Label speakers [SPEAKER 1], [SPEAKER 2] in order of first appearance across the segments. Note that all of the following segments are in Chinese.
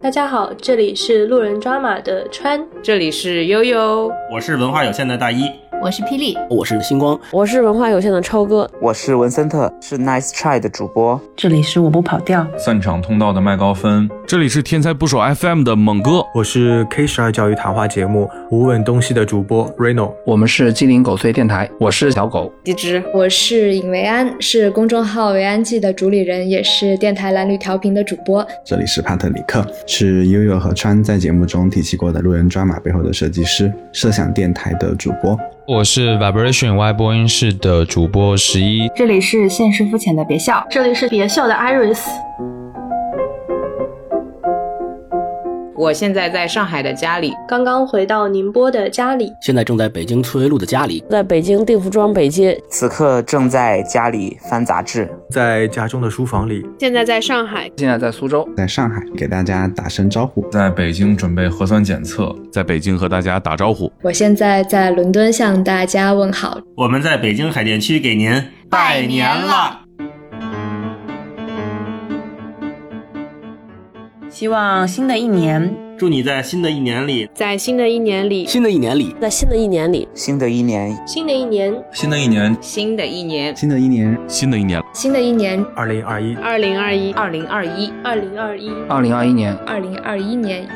[SPEAKER 1] 大家好，这里是路人抓马的川，
[SPEAKER 2] 这里是悠悠，
[SPEAKER 3] 我是文化有限的大一，
[SPEAKER 4] 我是霹雳，
[SPEAKER 5] 我是星光，
[SPEAKER 6] 我是文化有限的超哥，
[SPEAKER 7] 我是文森特，是 Nice Try 的主播。
[SPEAKER 8] 这里是我不跑调，
[SPEAKER 9] 散场通道的麦高芬，
[SPEAKER 10] 这里是天才捕手 FM 的猛哥，
[SPEAKER 11] 我是 K 十二教育谈话节目无问东西的主播 Reno，
[SPEAKER 12] 我们是鸡零狗碎电台，我是小狗
[SPEAKER 2] 一只，
[SPEAKER 13] 我是尹维安，是公众号维安记的主理人，也是电台蓝绿调频的主播。
[SPEAKER 14] 这里是帕特里克，是悠悠和川在节目中提起过的路人抓马背后的设计师，设想电台的主播。
[SPEAKER 15] 我是 Vibration Y 播音室的主播十一，
[SPEAKER 16] 这里是现实肤浅的别笑，
[SPEAKER 17] 这里是别笑的 Iris。
[SPEAKER 2] 我现在在上海的家里，
[SPEAKER 1] 刚刚回到宁波的家里，
[SPEAKER 5] 现在正在北京翠微路的家里，
[SPEAKER 6] 在北京定福庄北街，
[SPEAKER 7] 此刻正在家里翻杂志，
[SPEAKER 11] 在家中的书房里，
[SPEAKER 18] 现在在上海，
[SPEAKER 12] 现在在苏州，
[SPEAKER 14] 在上海给大家打声招呼，
[SPEAKER 9] 在北京准备核酸检测，
[SPEAKER 10] 在北京和大家打招呼，
[SPEAKER 13] 我现在在伦敦向大家问好，
[SPEAKER 3] 我们在北京海淀区给您拜年了。
[SPEAKER 4] 希望新的一年，
[SPEAKER 3] 祝你在新的一年里，
[SPEAKER 18] 在新的一年里，
[SPEAKER 5] 新的一年里，
[SPEAKER 6] 在新的一年里，
[SPEAKER 7] 新的一年，
[SPEAKER 1] 新的一年，
[SPEAKER 9] 新的一年，
[SPEAKER 2] 新的一年，
[SPEAKER 14] 新的一年，
[SPEAKER 10] 新的一年，
[SPEAKER 13] 新的一年，
[SPEAKER 11] 二零二一，
[SPEAKER 18] 二零二一，
[SPEAKER 2] 二零二一，
[SPEAKER 1] 二零二一，
[SPEAKER 12] 二零二一年，
[SPEAKER 13] 二零二一年。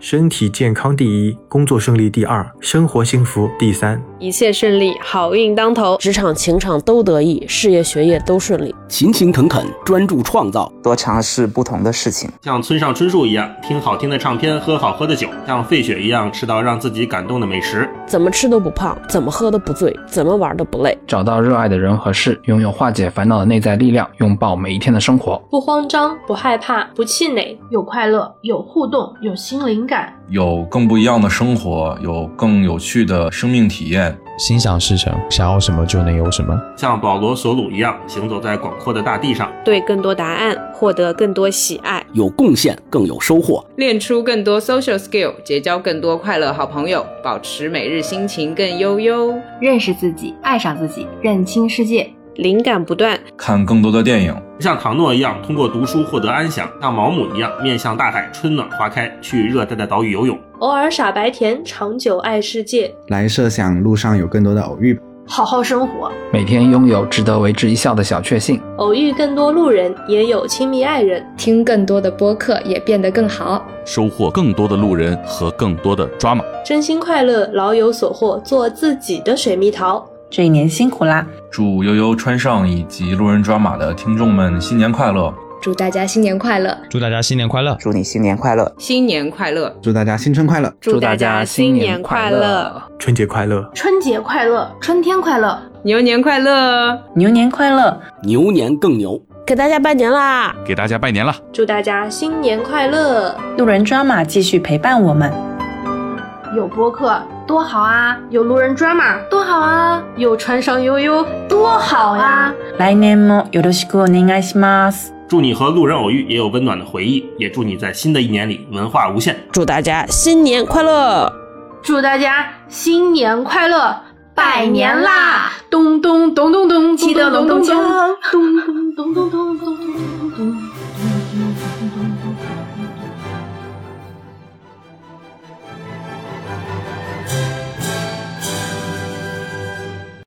[SPEAKER 11] 身体健康第一，工作顺利第二，生活幸福第三，
[SPEAKER 18] 一切顺利，好运当头，
[SPEAKER 6] 职场情场都得意，事业学业都顺利，
[SPEAKER 5] 勤勤恳恳，专注创造，
[SPEAKER 7] 多尝试不同的事情，
[SPEAKER 3] 像村上春树一样听好听的唱片，喝好喝的酒，像费雪一样吃到让自己感动的美食，
[SPEAKER 6] 怎么吃都不胖，怎么喝都不醉，怎么玩都不累，
[SPEAKER 12] 找到热爱的人和事，拥有化解烦恼的内在力量，拥抱每一天的生活，
[SPEAKER 1] 不慌张，不害怕，不气馁，
[SPEAKER 17] 有快乐，有互动，有心灵。感
[SPEAKER 9] 有更不一样的生活，有更有趣的生命体验。
[SPEAKER 15] 心想事成，想要什么就能有什么。
[SPEAKER 3] 像保罗·索鲁一样，行走在广阔的大地上，
[SPEAKER 18] 对更多答案获得更多喜爱，
[SPEAKER 5] 有贡献更有收获，
[SPEAKER 2] 练出更多 social skill，结交更多快乐好朋友，保持每日心情更悠悠，
[SPEAKER 4] 认识自己，爱上自己，认清世界。
[SPEAKER 18] 灵感不断，
[SPEAKER 9] 看更多的电影，
[SPEAKER 3] 像唐诺一样通过读书获得安详，像毛姆一样面向大海，春暖花开，去热带的岛屿游泳，
[SPEAKER 1] 偶尔傻白甜，长久爱世界。
[SPEAKER 14] 来设想路上有更多的偶遇，
[SPEAKER 17] 好好生活，
[SPEAKER 12] 每天拥有值得为之一笑的小确幸，
[SPEAKER 1] 偶遇更多路人，也有亲密爱人，
[SPEAKER 13] 听更多的播客，也变得更好，
[SPEAKER 10] 收获更多的路人和更多的抓马，
[SPEAKER 1] 真心快乐，老有所获，做自己的水蜜桃。
[SPEAKER 4] 这一年辛苦啦！
[SPEAKER 9] 祝悠悠、川上以及路人抓马的听众们新年快乐！
[SPEAKER 13] 祝大家新年快乐！
[SPEAKER 15] 祝大家新年快乐！
[SPEAKER 7] 祝你新年快乐！
[SPEAKER 2] 新年快乐！
[SPEAKER 14] 祝大家新春快乐！
[SPEAKER 12] 祝大家新年快乐！
[SPEAKER 11] 春节快乐！
[SPEAKER 17] 春节快乐！春天快乐！
[SPEAKER 2] 牛年快乐！
[SPEAKER 4] 牛年快乐！
[SPEAKER 5] 牛年更牛！
[SPEAKER 6] 给大家拜年啦！
[SPEAKER 10] 给大家拜年啦！
[SPEAKER 1] 祝大家新年快乐！
[SPEAKER 4] 路人抓马继续陪伴我们。
[SPEAKER 17] 有播客多好啊，有路人抓马多好啊，有川上悠悠多好啊！
[SPEAKER 4] 来年もよろしくお願いします。
[SPEAKER 3] 祝你和路人偶遇也有温暖的回忆，也祝你在新的一年里文化无限。
[SPEAKER 6] 祝大家新年快乐！
[SPEAKER 17] 祝大家新年快乐，拜年啦！咚咚咚咚咚，记得隆咚咚咚咚咚咚咚咚咚咚咚。